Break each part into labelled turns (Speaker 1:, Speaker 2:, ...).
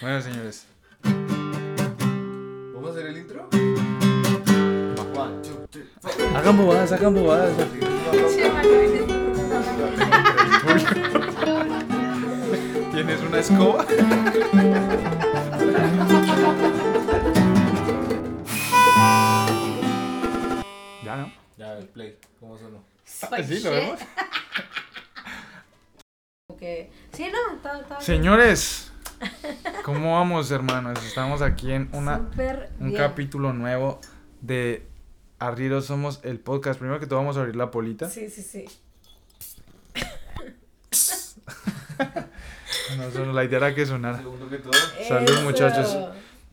Speaker 1: Bueno, señores.
Speaker 2: ¿Vamos a hacer el intro? One, two, three, four.
Speaker 1: Hagan bobadas, hagan bobadas. Ah, ¿Tienes una escoba? ya, ¿no?
Speaker 2: Ya, el play. ¿Cómo sonó?
Speaker 3: Pues
Speaker 1: Sí, lo vemos.
Speaker 3: Porque... Sí, no, está, está
Speaker 1: Señores, ¿cómo vamos, hermanos? Estamos aquí en
Speaker 3: bien.
Speaker 1: una,
Speaker 3: Súper
Speaker 1: un
Speaker 3: bien.
Speaker 1: capítulo nuevo de Arriero Somos el Podcast. Primero que todo, vamos a abrir la polita.
Speaker 3: Sí, sí, sí.
Speaker 1: No, solo la idea era que sonara.
Speaker 2: Segundo que todo.
Speaker 1: Salud,
Speaker 3: Eso.
Speaker 1: muchachos.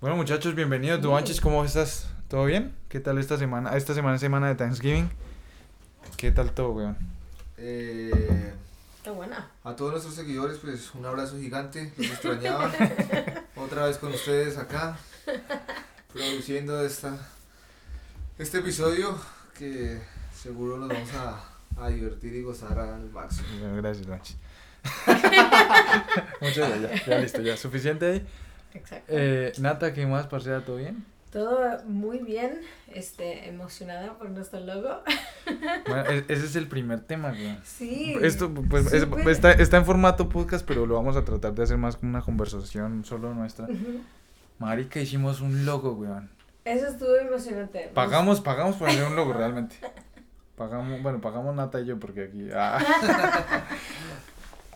Speaker 1: Bueno, muchachos, bienvenidos. Duanches, ¿cómo estás? ¿Todo bien? ¿Qué tal esta semana? Esta semana es semana de Thanksgiving. ¿Qué tal todo, weón?
Speaker 2: Eh,
Speaker 3: Qué buena.
Speaker 2: a todos nuestros seguidores, pues un abrazo gigante. Los extrañaba. Otra vez con ustedes acá. Produciendo esta, este episodio que seguro nos vamos a, a divertir y gozar al máximo.
Speaker 1: Bueno, gracias, Duanches. Muchas gracias. Ya, ya listo, ya. Suficiente ahí.
Speaker 3: Exacto.
Speaker 1: Eh, Nata, ¿qué más, parcera? ¿Todo bien?
Speaker 3: Todo muy bien. Este, emocionada por nuestro logo.
Speaker 1: Bueno, e- ese es el primer tema, weón.
Speaker 3: Sí.
Speaker 1: Esto pues, es-
Speaker 3: súper.
Speaker 1: está, está en formato podcast, pero lo vamos a tratar de hacer más como una conversación solo nuestra.
Speaker 3: Ujú.
Speaker 1: Marica, hicimos un logo, weón.
Speaker 3: Eso estuvo emocionante.
Speaker 1: Pagamos, pagamos por hacer un logo realmente. Pagamos, bueno, pagamos Nata y yo porque aquí. ah.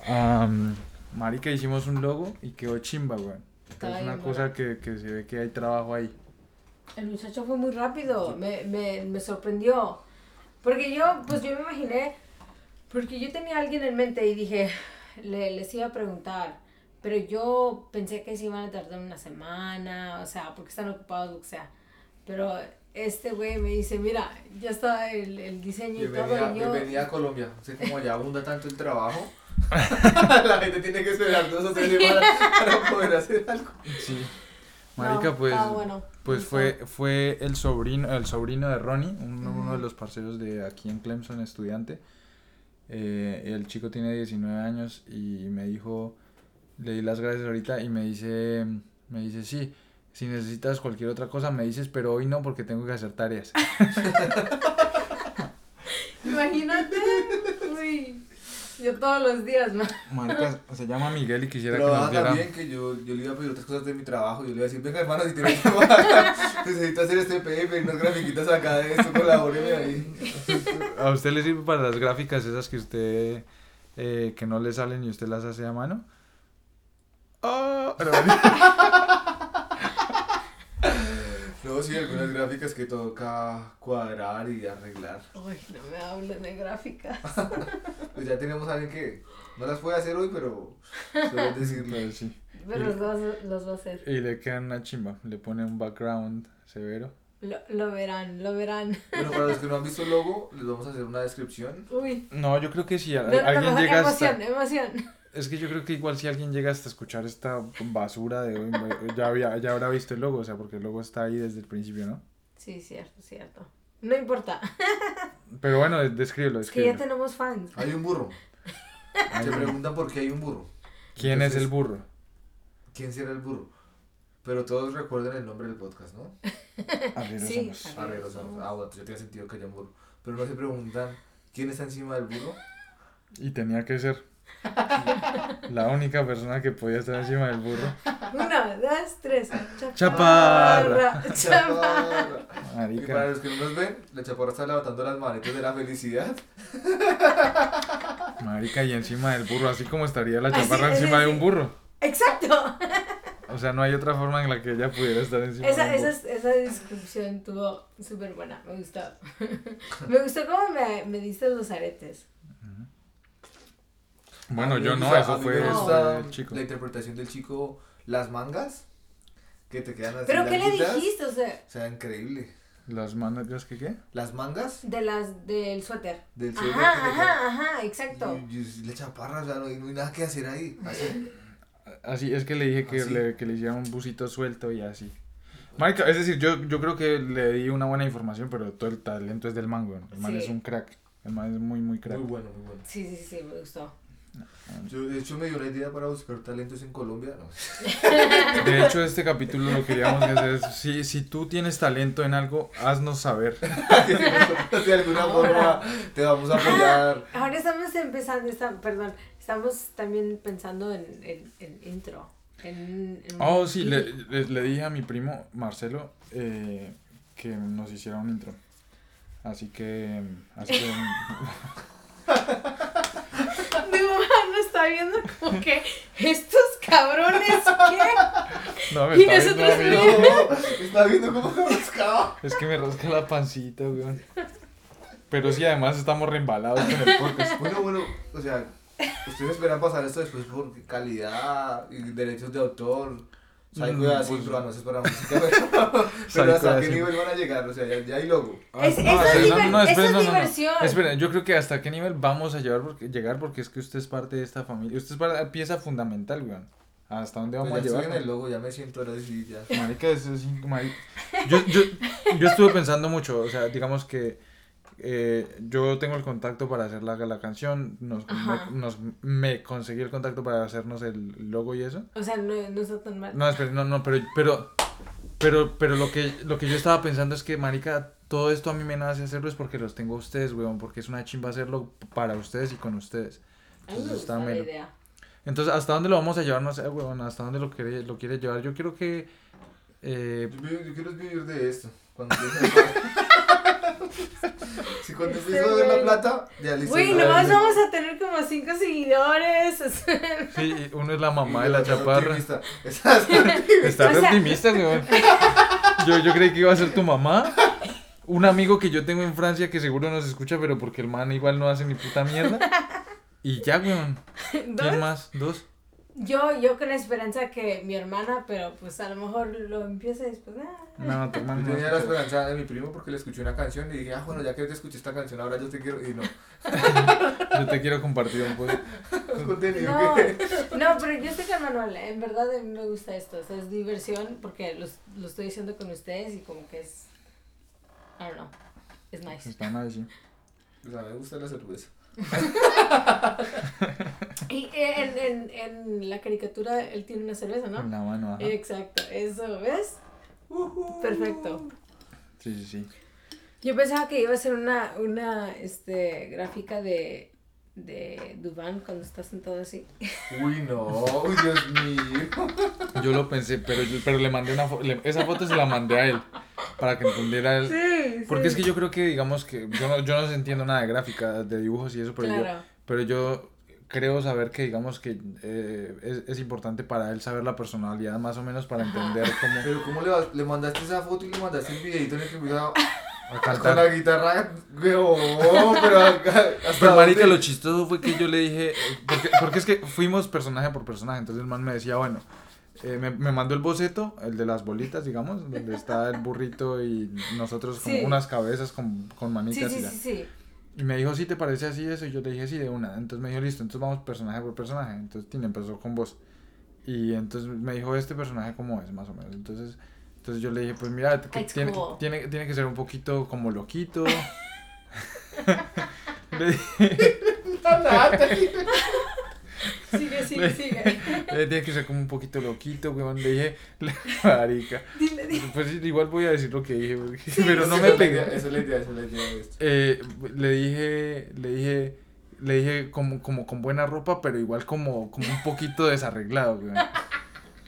Speaker 1: Am, marica, hicimos un logo y quedó chimba, weón.
Speaker 3: Está
Speaker 1: Es
Speaker 3: bien
Speaker 1: una
Speaker 3: bueno.
Speaker 1: cosa que, que se ve que hay trabajo ahí.
Speaker 3: El muchacho fue muy rápido, me, me, me sorprendió. Porque yo, pues yo me imaginé, porque yo tenía a alguien en mente y dije, le, les iba a preguntar, pero yo pensé que se iban a tardar una semana, o sea, porque están ocupados, lo que sea. Pero este güey me dice, mira, ya está el, el diseño y
Speaker 2: Bienvenida,
Speaker 3: todo, y yo...
Speaker 2: bienvenida a Colombia. Sé como ya abunda tanto el trabajo. La gente tiene que esperar dos o tres semanas para poder hacer algo.
Speaker 1: Sí.
Speaker 3: No,
Speaker 1: Marica, pues.
Speaker 3: estaba bueno.
Speaker 1: Pues
Speaker 3: Está-
Speaker 1: fue, fue el sobrino, el sobrino de Ronnie, uno, uno de los parceros de aquí en Clemson, estudiante. Eh, el chico tiene 19 años y me dijo, le di las gracias ahorita y me dice, me dice, sí, si necesitas cualquier otra cosa me dices, pero hoy no porque tengo que hacer tareas.
Speaker 3: Imagínate, uy, yo todos los días, ¿no?
Speaker 1: Marca, se llama Miguel y quisiera que
Speaker 2: Trabaja
Speaker 1: nos diera...
Speaker 2: ah, también que yo, yo le iba a pedir otras cosas de mi trabajo. Yo le iba a decir, venga hermano, si tienes que trabajar, necesito hacer este PM, unas grafiquitas acá de esto, colabóreme ahí.
Speaker 1: ¿A usted le sirve para las gráficas esas que usted, eh, que no le salen y usted las hace a mano? Ah, no.
Speaker 2: Luego sí, algunas gráficas que toca cuadrar y arreglar.
Speaker 3: Uy, no me hablen de gráficas.
Speaker 2: Pues ya tenemos a alguien que no las puede hacer hoy, pero suele decirle.
Speaker 1: Pero sí.
Speaker 3: Pero los dos los va a hacer.
Speaker 1: Y le queda una chimba, le pone un background severo.
Speaker 3: Lo, lo verán, lo verán.
Speaker 2: Bueno, para los que no han visto el logo, les vamos a hacer una descripción.
Speaker 3: Uy.
Speaker 1: No, yo creo que si a-
Speaker 3: No, no, no,
Speaker 1: alguien
Speaker 3: no,
Speaker 1: llega
Speaker 3: emoción,
Speaker 1: hasta...
Speaker 3: emoción.
Speaker 1: Es que yo creo que igual si alguien llega hasta escuchar esta basura de hoy, ya, había- ya habrá visto el logo, o sea, porque el logo está ahí desde el principio, ¿no?
Speaker 3: Sí, cierto, cierto. No importa.
Speaker 1: Pero bueno, des- descríbelo,
Speaker 3: Es que ya
Speaker 1: descríbelo.
Speaker 3: tenemos fans.
Speaker 2: Hay un burro. Se preguntan por qué hay un burro.
Speaker 1: ¿Quién es el
Speaker 2: Entonces-
Speaker 1: burro?
Speaker 2: ¿Quién será el burro? Pero todos recuerden el nombre del podcast, ¿no?
Speaker 1: Arrieros
Speaker 3: Sí.
Speaker 1: somos.
Speaker 2: Arreglos, vamos. Ah, bueno, yo tenía sentido que haya un burro. Pero no se preguntan quién está encima del burro.
Speaker 1: Y tenía que ser la única persona que podía estar encima del burro.
Speaker 3: Uno, dos, tres.
Speaker 1: Chaparra.
Speaker 2: Y
Speaker 3: Chaparra.
Speaker 2: para
Speaker 1: Marica.
Speaker 2: los que no nos ven, la chaparra está levantando las maletas de la felicidad.
Speaker 1: Marica y encima del burro, así como estaría la
Speaker 3: Así,
Speaker 1: chaparra
Speaker 3: así,
Speaker 1: encima de
Speaker 3: así.
Speaker 1: un burro.
Speaker 3: Exacto.
Speaker 1: O sea, no hay otra forma en la que ella pudiera estar encima
Speaker 3: Esa,
Speaker 1: de un
Speaker 3: esa,
Speaker 1: burro.
Speaker 3: esa descripción tuvo súper buena. Me gustó. Me gustó cómo me, me diste los aretes.
Speaker 1: Bueno,
Speaker 2: A mí
Speaker 1: yo
Speaker 2: me
Speaker 1: no,
Speaker 2: gusta- a
Speaker 1: eso
Speaker 2: mí
Speaker 1: fue,
Speaker 2: me
Speaker 1: eso
Speaker 2: gusta
Speaker 1: fue el chico.
Speaker 2: La interpretación del chico, las mangas, que te quedan así.
Speaker 3: ¿Pero qué le
Speaker 2: larguitas.
Speaker 3: dijiste? O sea,
Speaker 2: O sea, increíble.
Speaker 1: ¿Las mangas que qué?
Speaker 2: Las mangas
Speaker 3: de las, del suéter.
Speaker 2: del suelo.
Speaker 3: Ajá, ajá, ajá, exacto.
Speaker 2: Y, y la chaparra, o sea, no hay, no hay nada que hacer ahí. Así.
Speaker 1: Así, es que le dije que
Speaker 2: Así.
Speaker 1: le, que le hiciera un busito suelto y así. Marica, es decir, yo, yo creo que le di una buena información, pero todo el talento es del man, weón. El man
Speaker 3: Sí.
Speaker 1: es un crack. El man es muy, muy crack.
Speaker 2: Muy bueno, muy bueno.
Speaker 3: Sí, sí, sí, me gustó.
Speaker 2: Yo, de hecho, me dio una idea para buscar talentos en Colombia. No.
Speaker 1: De hecho, este capítulo lo queríamos hacer. es, Si, si tú tienes talento en algo, haznos saber.
Speaker 2: De alguna forma te vamos a apoyar.
Speaker 3: Ahora estamos empezando, está- perdón, estamos también pensando en en- en intro. En, en-
Speaker 1: Oh, sí, le, le- le dije a mi primo Marcelo eh, que nos hiciera un intro. Así que. Así que
Speaker 3: Mi mamá me está viendo como que estos cabrones, ¿qué?
Speaker 1: no,
Speaker 3: Y
Speaker 1: me está viendo a
Speaker 3: nosotros
Speaker 1: mí.
Speaker 3: no.
Speaker 2: No, está viendo cómo se buscaba.
Speaker 1: Es que me rasca la pancita, weón. Pero sí, además estamos reembalados con el podcast.
Speaker 2: Bueno, bueno, o sea, ustedes esperan pasar esto después por calidad y derechos de autor. Psycho
Speaker 1: Mm,
Speaker 2: de así,
Speaker 1: pues-
Speaker 2: pero no es para música. Pero, pero
Speaker 1: Psycho
Speaker 2: hasta
Speaker 1: de Ah,
Speaker 2: qué
Speaker 1: Así.
Speaker 2: nivel van a llegar, o sea, ya, ya hay logo.
Speaker 3: Es- eso es
Speaker 1: espera,
Speaker 3: diver- eso
Speaker 1: espera,
Speaker 3: es diversión.
Speaker 1: Espera, yo creo que hasta qué nivel vamos a llevar porque, llegar porque es que usted es parte de esta familia. Usted es parte- pieza fundamental, weón. ¿Hasta dónde
Speaker 2: Pues
Speaker 1: vamos
Speaker 2: ya
Speaker 1: a
Speaker 2: estoy en
Speaker 1: llevar?
Speaker 2: el logo, ya me siento ahora sí, ya.
Speaker 1: Marica, eso es in- mari- yo, yo, yo estuve pensando mucho, o sea, digamos que eh, yo tengo el contacto para hacer la, la canción, nos
Speaker 3: Ajá.
Speaker 1: me, nos- me conseguí el contacto para hacernos el logo y eso.
Speaker 3: O sea, no, no está tan mal.
Speaker 1: No, espera, no, no, pero, pero, pero, pero lo que, lo que yo estaba pensando es que, marica, todo esto a mí me nace hacerlo es porque los tengo a ustedes, weón, porque es una chimba hacerlo para ustedes y con ustedes.
Speaker 3: A mí me
Speaker 1: Entonces pues está
Speaker 3: gusta la
Speaker 1: melo.
Speaker 3: idea.
Speaker 1: Entonces, ¿hasta dónde lo vamos a llevar? No sé, weón, ¿hasta dónde lo quiere, lo quiere llevar? Yo quiero que... eh,
Speaker 2: Yo, vi- yo quiero es vivir de esto. Cuando empiece a- si cuando
Speaker 3: Este
Speaker 2: empiezo a ver la
Speaker 3: güey.
Speaker 2: plata, ya listo.
Speaker 3: Güey,
Speaker 2: ya
Speaker 3: nomás
Speaker 2: listo.
Speaker 3: vamos a tener como cinco seguidores. o sea,
Speaker 1: sí, uno es la mamá de
Speaker 2: Y
Speaker 1: la
Speaker 2: yo soy
Speaker 1: chaparra.
Speaker 2: optimista. Estás optimista.
Speaker 1: Está re
Speaker 3: O sea-
Speaker 1: optimista, weón. Yo, yo creí que iba a ser tu mamá. Un amigo que yo tengo en Francia que seguro nos escucha, pero porque el man igual no hace ni puta mierda. Y ya, weón. ¿Quién
Speaker 3: dos.
Speaker 1: más? ¿Dos?
Speaker 3: Yo, yo con la esperanza que mi hermana, pero pues a lo mejor lo empieza después. ah.
Speaker 1: No, tu
Speaker 2: Yo
Speaker 1: hermano.
Speaker 2: tenía la esperanza de mi primo porque le escuché una canción y dije, ah, bueno, ya que te escuché esta canción, ahora yo te quiero. Y no,
Speaker 1: Yo te quiero compartir un poco.
Speaker 2: contenido
Speaker 3: No,
Speaker 2: que.
Speaker 3: no, pero yo estoy con Manuel, en verdad a mí me gusta esto, o sea, es diversión porque los- lo estoy diciendo con ustedes y como que es, I don't know, es nice.
Speaker 1: Está mal, sí.
Speaker 2: O sea, me gusta la cerveza.
Speaker 3: Y eh, en, en, en la caricatura él tiene una cerveza,
Speaker 1: En
Speaker 3: ¿no? Eh.
Speaker 1: la mano, ajá.
Speaker 3: Exacto, eso, ¿ves?
Speaker 1: Mm.
Speaker 3: Perfecto.
Speaker 1: Sí, sí, sí.
Speaker 3: Yo pensaba que iba a ser una, una, este, gráfica de, de Dubán cuando está sentado así.
Speaker 2: Uy, no, uy, Dios mío.
Speaker 1: Yo lo pensé, pero, yo- pero le mandé una foto. Esa foto se la mandé a él. Para que entendiera él.
Speaker 3: Sí,
Speaker 1: Porque es que yo creo que, digamos que. Yo no, yo no entiendo nada de gráfica, de dibujos y eso, pero yo.
Speaker 3: Claro.
Speaker 1: Pero yo creo saber que, digamos, que eh, es, es importante para él saber la personalidad más o menos para
Speaker 3: Ajá.
Speaker 1: entender cómo
Speaker 2: Pero, ¿cómo le, vas- le mandaste esa foto y le mandaste el videito en el que empezaba
Speaker 1: a
Speaker 2: con la
Speaker 1: cantar.
Speaker 2: guitarra? Weón, pero acá- hasta.
Speaker 1: Pero, Pues, marica,
Speaker 2: dónde?
Speaker 1: lo chistoso fue que yo le dije, eh, porque, porque es que fuimos personaje por personaje, entonces el man me decía, bueno, eh, me, me mandó el boceto, el de las bolitas, digamos, donde está el burrito y nosotros como
Speaker 3: Sí.
Speaker 1: unas cabezas con, con
Speaker 3: Sí,
Speaker 1: manitas y
Speaker 3: sí,
Speaker 1: ya.
Speaker 3: sí, sí.
Speaker 1: Y me dijo, ¿sí te parece así eso? Y yo le dije, sí, de una. Entonces me dijo, listo, entonces vamos personaje por personaje. Entonces Tina empezó con vos. Y entonces me dijo, este personaje cómo es, más o menos. Entonces, entonces yo le dije, pues mira, que
Speaker 3: It's
Speaker 1: tiene,
Speaker 3: cool.
Speaker 1: tiene, tiene que ser un poquito como loquito. le, dije,
Speaker 2: Está lata.
Speaker 3: Sigue, sigue, sigue.
Speaker 1: "Eh, tiene que ser como un poquito loquito, weón. Le dije, la marica.
Speaker 3: Dile, dile.
Speaker 1: Pues igual voy a decir lo que dije, porque- pero no me
Speaker 2: Esa es la
Speaker 1: pegué.
Speaker 2: idea, Esa es la idea, esa es la idea de esto.
Speaker 1: Eh, le dije, le dije, le dije como, como con buena ropa, pero igual como, como un poquito desarreglado, weón.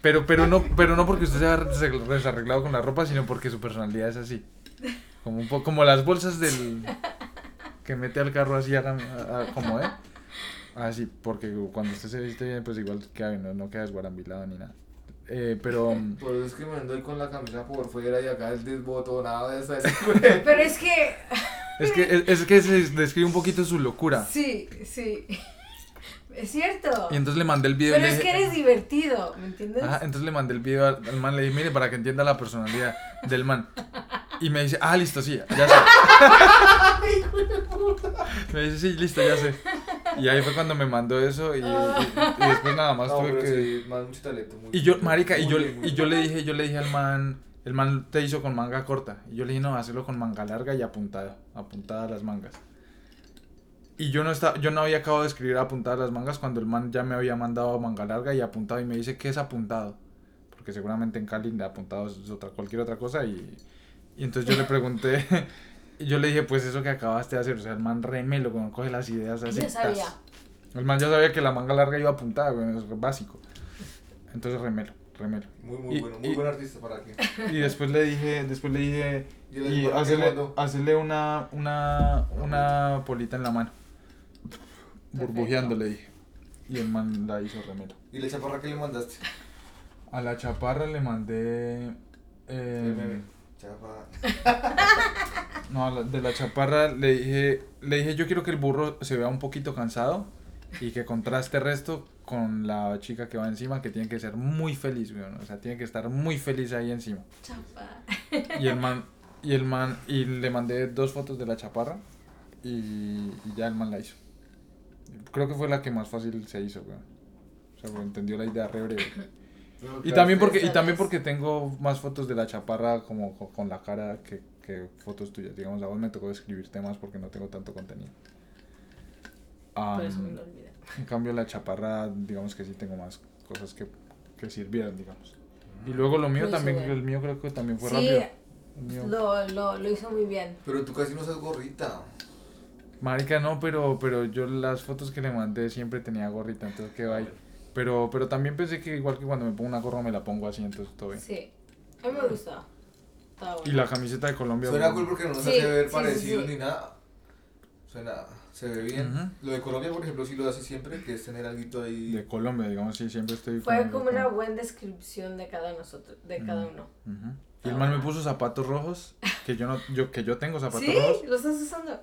Speaker 1: Pero, pero no, pero no porque usted sea desa- desarreglado con la ropa, sino porque su personalidad es así. Como un po- como las bolsas del que mete al carro así a la- a- a- como eh. Así, porque cuando usted se viste bien, pues igual queda bien, no, no queda desguarambilado ni nada. Eh, pero mm,
Speaker 2: Por eso es que me ando ahí con la camisa por fuera y acá el desbotonado de esa escuela.
Speaker 3: Pero es que,
Speaker 1: es que es, es que se describe un poquito su locura.
Speaker 3: sí, sí. Es cierto.
Speaker 1: Ah. Y entonces le mandé el video y
Speaker 3: Pero
Speaker 1: le
Speaker 3: es
Speaker 1: dije-
Speaker 3: que eres divertido, ¿me entiendes?
Speaker 1: Ajá, entonces le mandé el video al, al man, le dije, mire, para que entienda la personalidad del man. Y me dice, ah, listo, sí, ya sé. me dice, sí, listo, ya sé. Y ahí fue cuando me mandó eso y, y- y después nada más
Speaker 2: No,
Speaker 1: tuve
Speaker 2: pero
Speaker 1: que...
Speaker 2: sí, man, mucho talento. muy-
Speaker 1: Y yo, marica, y
Speaker 2: muy
Speaker 1: yo,
Speaker 2: bien, muy
Speaker 1: y yo
Speaker 2: bien.
Speaker 1: le dije, yo le dije al man, el man te hizo con manga corta. Y yo le dije, no, hazlo con manga larga y apuntada, apuntada a las mangas. Y yo no, estaba, yo no había acabado de escribir apuntadas las mangas cuando el man ya me había mandado a manga larga y apuntado y me dice que es apuntado. Porque seguramente en Cali de apuntado es otra, cualquier otra cosa. Y, y entonces yo le pregunté, y yo le dije, pues eso que acabaste de hacer. O sea, el man remelo cuando coge las ideas así.
Speaker 3: Ya sabía.
Speaker 1: tas. El man ya sabía que la manga larga iba apuntada, güey, es básico. Entonces remelo, remelo.
Speaker 2: Muy, muy
Speaker 1: Y-
Speaker 2: bueno, muy
Speaker 1: y-
Speaker 2: buen artista para que.
Speaker 1: Y después le dije, después le dije,
Speaker 2: Yo le
Speaker 1: y
Speaker 2: digo, ¿qué
Speaker 1: hacerle,
Speaker 2: mandó?
Speaker 1: hacerle una, una, una polita en la mano. Burbujeando le dije. Y el man la hizo remero.
Speaker 2: ¿Y la chaparra que le mandaste?
Speaker 1: Eh, A la chaparra le mandé...
Speaker 2: El
Speaker 1: eh,
Speaker 2: meme. Chaparra.
Speaker 1: no, a la- de la chaparra le dije, le dije, yo quiero que el burro se vea un poquito cansado y que contraste el resto con la chica que va encima, que tiene que ser muy feliz, weón. O sea, tiene que estar muy feliz ahí encima.
Speaker 3: Chapa.
Speaker 1: Y el man, y el man, y le mandé dos fotos de la chaparra y, y ya el man la hizo. Creo que fue la que más fácil se hizo, weón. O sea, porque entendió la idea re breve.
Speaker 2: No,
Speaker 1: Y
Speaker 2: claro,
Speaker 1: también
Speaker 2: ustedes-
Speaker 1: porque, y también porque tengo más fotos de la chaparra como co- con la cara que, que fotos tuyas. Digamos, a vos me tocó escribir temas porque no tengo tanto contenido.
Speaker 3: Por eso
Speaker 1: Am,
Speaker 3: me lo olvidé.
Speaker 1: en cambio, la chaparra, digamos que sí tengo más cosas que, que sirvieron, digamos. Y luego lo mío
Speaker 3: Lo hizo
Speaker 1: también,
Speaker 3: bien.
Speaker 1: el mío creo que también fue
Speaker 3: Sí,
Speaker 1: rápido. El mío-
Speaker 3: lo, lo, lo hizo muy bien.
Speaker 2: Pero tú casi no seas gorrita.
Speaker 1: Marica, no, pero, pero yo las fotos que le mandé siempre tenía gorrita, entonces qué vaya. Pero, pero también pensé que igual que cuando me pongo una gorra me la pongo así, entonces todo bien.
Speaker 3: Sí. A mí me gustó. Estaba
Speaker 1: Y
Speaker 3: bueno.
Speaker 1: la camiseta de Colombia. mm,
Speaker 2: Suena
Speaker 1: bueno.
Speaker 2: cool porque no nos
Speaker 3: Sí,
Speaker 2: hace ver
Speaker 3: sí, sí,
Speaker 2: parecidos
Speaker 3: sí.
Speaker 2: ni nada. Suena, se ve bien.
Speaker 1: Ujú.
Speaker 2: Lo de Colombia, por ejemplo, sí lo hace siempre, que es tener algo ahí.
Speaker 1: De Colombia, digamos, sí, siempre estoy...
Speaker 3: Fue
Speaker 1: con-
Speaker 3: como una buena descripción de cada nosotros, de cada
Speaker 1: Mm.
Speaker 3: uno.
Speaker 1: Ujú. Y el man me puso zapatos rojos, que yo no, yo, que yo tengo zapatos
Speaker 3: ¿Sí?
Speaker 1: rojos.
Speaker 3: ¿Lo estás usando?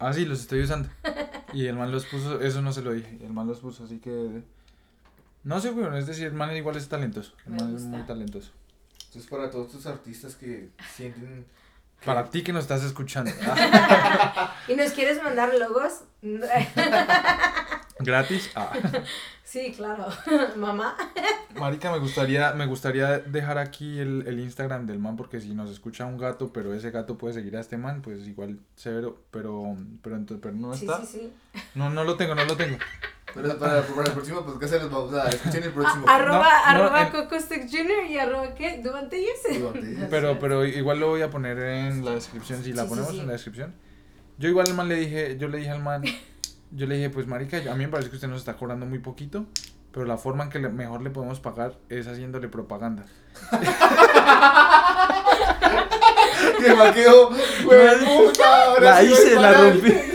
Speaker 1: Ah, sí, los estoy usando. Y el man los puso, eso no se lo dije, el man los puso, así que... No sé, weón, es decir, el man igual es talentoso, el
Speaker 3: Me
Speaker 1: man es
Speaker 3: gusta.
Speaker 1: muy talentoso.
Speaker 2: Entonces, para todos tus artistas que sienten.
Speaker 1: Para ti que nos estás escuchando. Ah,
Speaker 3: ¿Y nos quieres mandar logos?
Speaker 1: Gratis. Ah.
Speaker 3: sí, claro. Mamá.
Speaker 1: Marica, me gustaría, me gustaría dejar aquí el, el Instagram del man porque si nos escucha un gato, pero ese gato puede seguir a este man, pues igual severo, pero pero, ento- pero no
Speaker 3: Sí,
Speaker 1: está.
Speaker 3: sí, sí.
Speaker 1: No, no lo tengo, no lo tengo.
Speaker 2: Pero para, para el próximo podcast se los vamos a dar. Escuchen
Speaker 3: Ah,
Speaker 2: el próximo.
Speaker 3: A- arroba
Speaker 1: Pues No, no,
Speaker 3: arroba
Speaker 1: en-
Speaker 3: Coco Stick Jr. y arroba qué? Durante
Speaker 2: Dubantellas.
Speaker 1: Pero, pero igual lo voy a poner en la descripción. Si la
Speaker 3: Sí, sí,
Speaker 1: ponemos
Speaker 3: sí.
Speaker 1: en la descripción. Yo igual al man le dije, yo le dije al man, yo le dije, pues marica, a mí me parece que usted nos está cobrando muy poquito, pero la forma en que le- mejor le podemos pagar es haciéndole propaganda.
Speaker 2: Que me quedo. güey, puta, ahora
Speaker 1: La
Speaker 2: sí voy
Speaker 1: hice,
Speaker 2: para
Speaker 1: la
Speaker 2: adelante.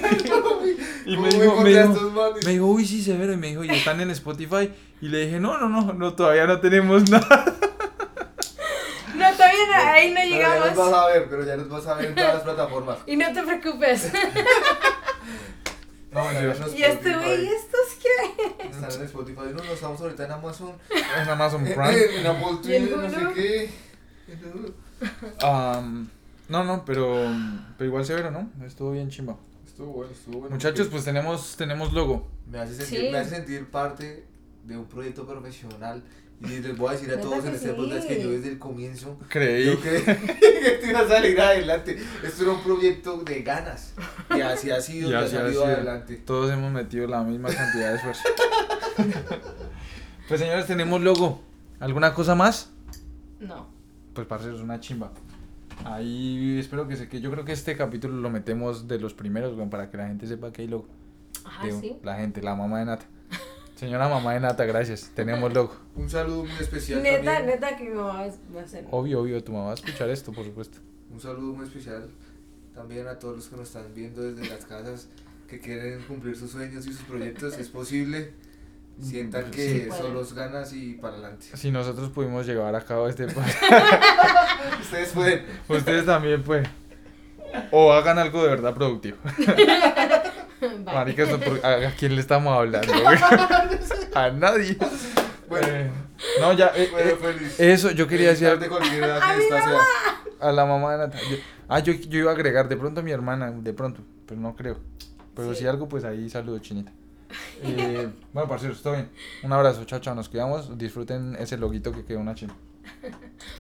Speaker 1: Y
Speaker 2: ¿Cómo
Speaker 1: me dijo-
Speaker 2: encontré
Speaker 1: me
Speaker 2: a
Speaker 1: dijo-
Speaker 2: estos manes?
Speaker 1: Me dijo, uy, sí, severo. Y me dijo, ¿y están en Spotify? Y le dije, no, no, no, no todavía no tenemos nada.
Speaker 3: No, todavía no, ahí no
Speaker 2: Pero ya nos vas
Speaker 3: llegamos.
Speaker 2: a ver, pero ya nos vas a ver en todas las plataformas.
Speaker 3: Y no te preocupes.
Speaker 1: No,
Speaker 2: Están
Speaker 1: yo-
Speaker 2: en
Speaker 3: ¿Y este
Speaker 2: Spotify,
Speaker 3: güey, estos qué?
Speaker 2: Están en Spotify. No, no, estamos ahorita en Amazon.
Speaker 1: Es Amazon Prime.
Speaker 2: En Apple
Speaker 3: ¿Y el
Speaker 2: TV, no sé
Speaker 3: Hulu?
Speaker 2: qué.
Speaker 1: Am, no, no, pero, pero igual severo, ¿no? Estuvo bien chimba.
Speaker 2: Estuvo bueno, estuvo bueno.
Speaker 1: Muchachos, pues tenemos, tenemos logo.
Speaker 2: Me hace sentir,
Speaker 3: Sí.
Speaker 2: me hace sentir parte de un proyecto profesional. Y les voy a decir a
Speaker 3: ¿Verdad
Speaker 2: todos en
Speaker 3: que
Speaker 2: este
Speaker 3: sí?
Speaker 2: podcast que yo desde el comienzo
Speaker 1: Creí.
Speaker 2: yo creí que esto iba a salir adelante. Esto era un proyecto de ganas. Y así ha sido,
Speaker 1: Y
Speaker 2: y ha
Speaker 1: así ha
Speaker 2: salido
Speaker 1: sido.
Speaker 2: adelante.
Speaker 1: Todos hemos metido la misma cantidad de esfuerzo. pues señores, tenemos logo. ¿Alguna cosa más?
Speaker 3: No.
Speaker 1: Pues parceros, una chimba. Ahí espero que se que yo creo que este capítulo lo metemos de los primeros, weón, para que la gente sepa que hay logo.
Speaker 3: Ah,
Speaker 1: Digo,
Speaker 3: sí.
Speaker 1: La gente, la mamá de Nata. Señora mamá de Nata, gracias. Tenemos logo.
Speaker 2: Un saludo muy especial
Speaker 3: Neta,
Speaker 2: también.
Speaker 3: neta que mi mamá va a hacer.
Speaker 1: Obvio, obvio, tu mamá va a escuchar esto, por supuesto.
Speaker 2: Un saludo muy especial también a todos los que nos están viendo desde las casas que quieren cumplir sus sueños y sus proyectos. Es posible. Sientan
Speaker 1: Mm, pues Sí,
Speaker 2: que
Speaker 3: pueden.
Speaker 2: son los ganas y para adelante.
Speaker 1: Si nosotros pudimos llevar a cabo este podcast,
Speaker 2: Ustedes pueden.
Speaker 1: ustedes también, pues. O hagan algo de verdad productivo.
Speaker 3: Bye.
Speaker 1: Marica, esto por- ¿a, a quién le estamos hablando? a nadie.
Speaker 2: Bueno.
Speaker 1: Eh, no, ya. eh,
Speaker 2: Bueno,
Speaker 1: eh,
Speaker 2: feliz.
Speaker 1: eso, yo quería decir
Speaker 2: Tarde cualquier edad que esta sea.
Speaker 1: a la mamá de Nata. yo- ah, yo, yo iba a agregar de pronto a mi hermana, de pronto, pero no creo. Pero
Speaker 3: Sí.
Speaker 1: si algo, pues ahí saludo, chinita. Eh, bueno, parceros, todo bien. Un abrazo, chao, chao, nos quedamos. Disfruten ese loguito que quedó una chimba.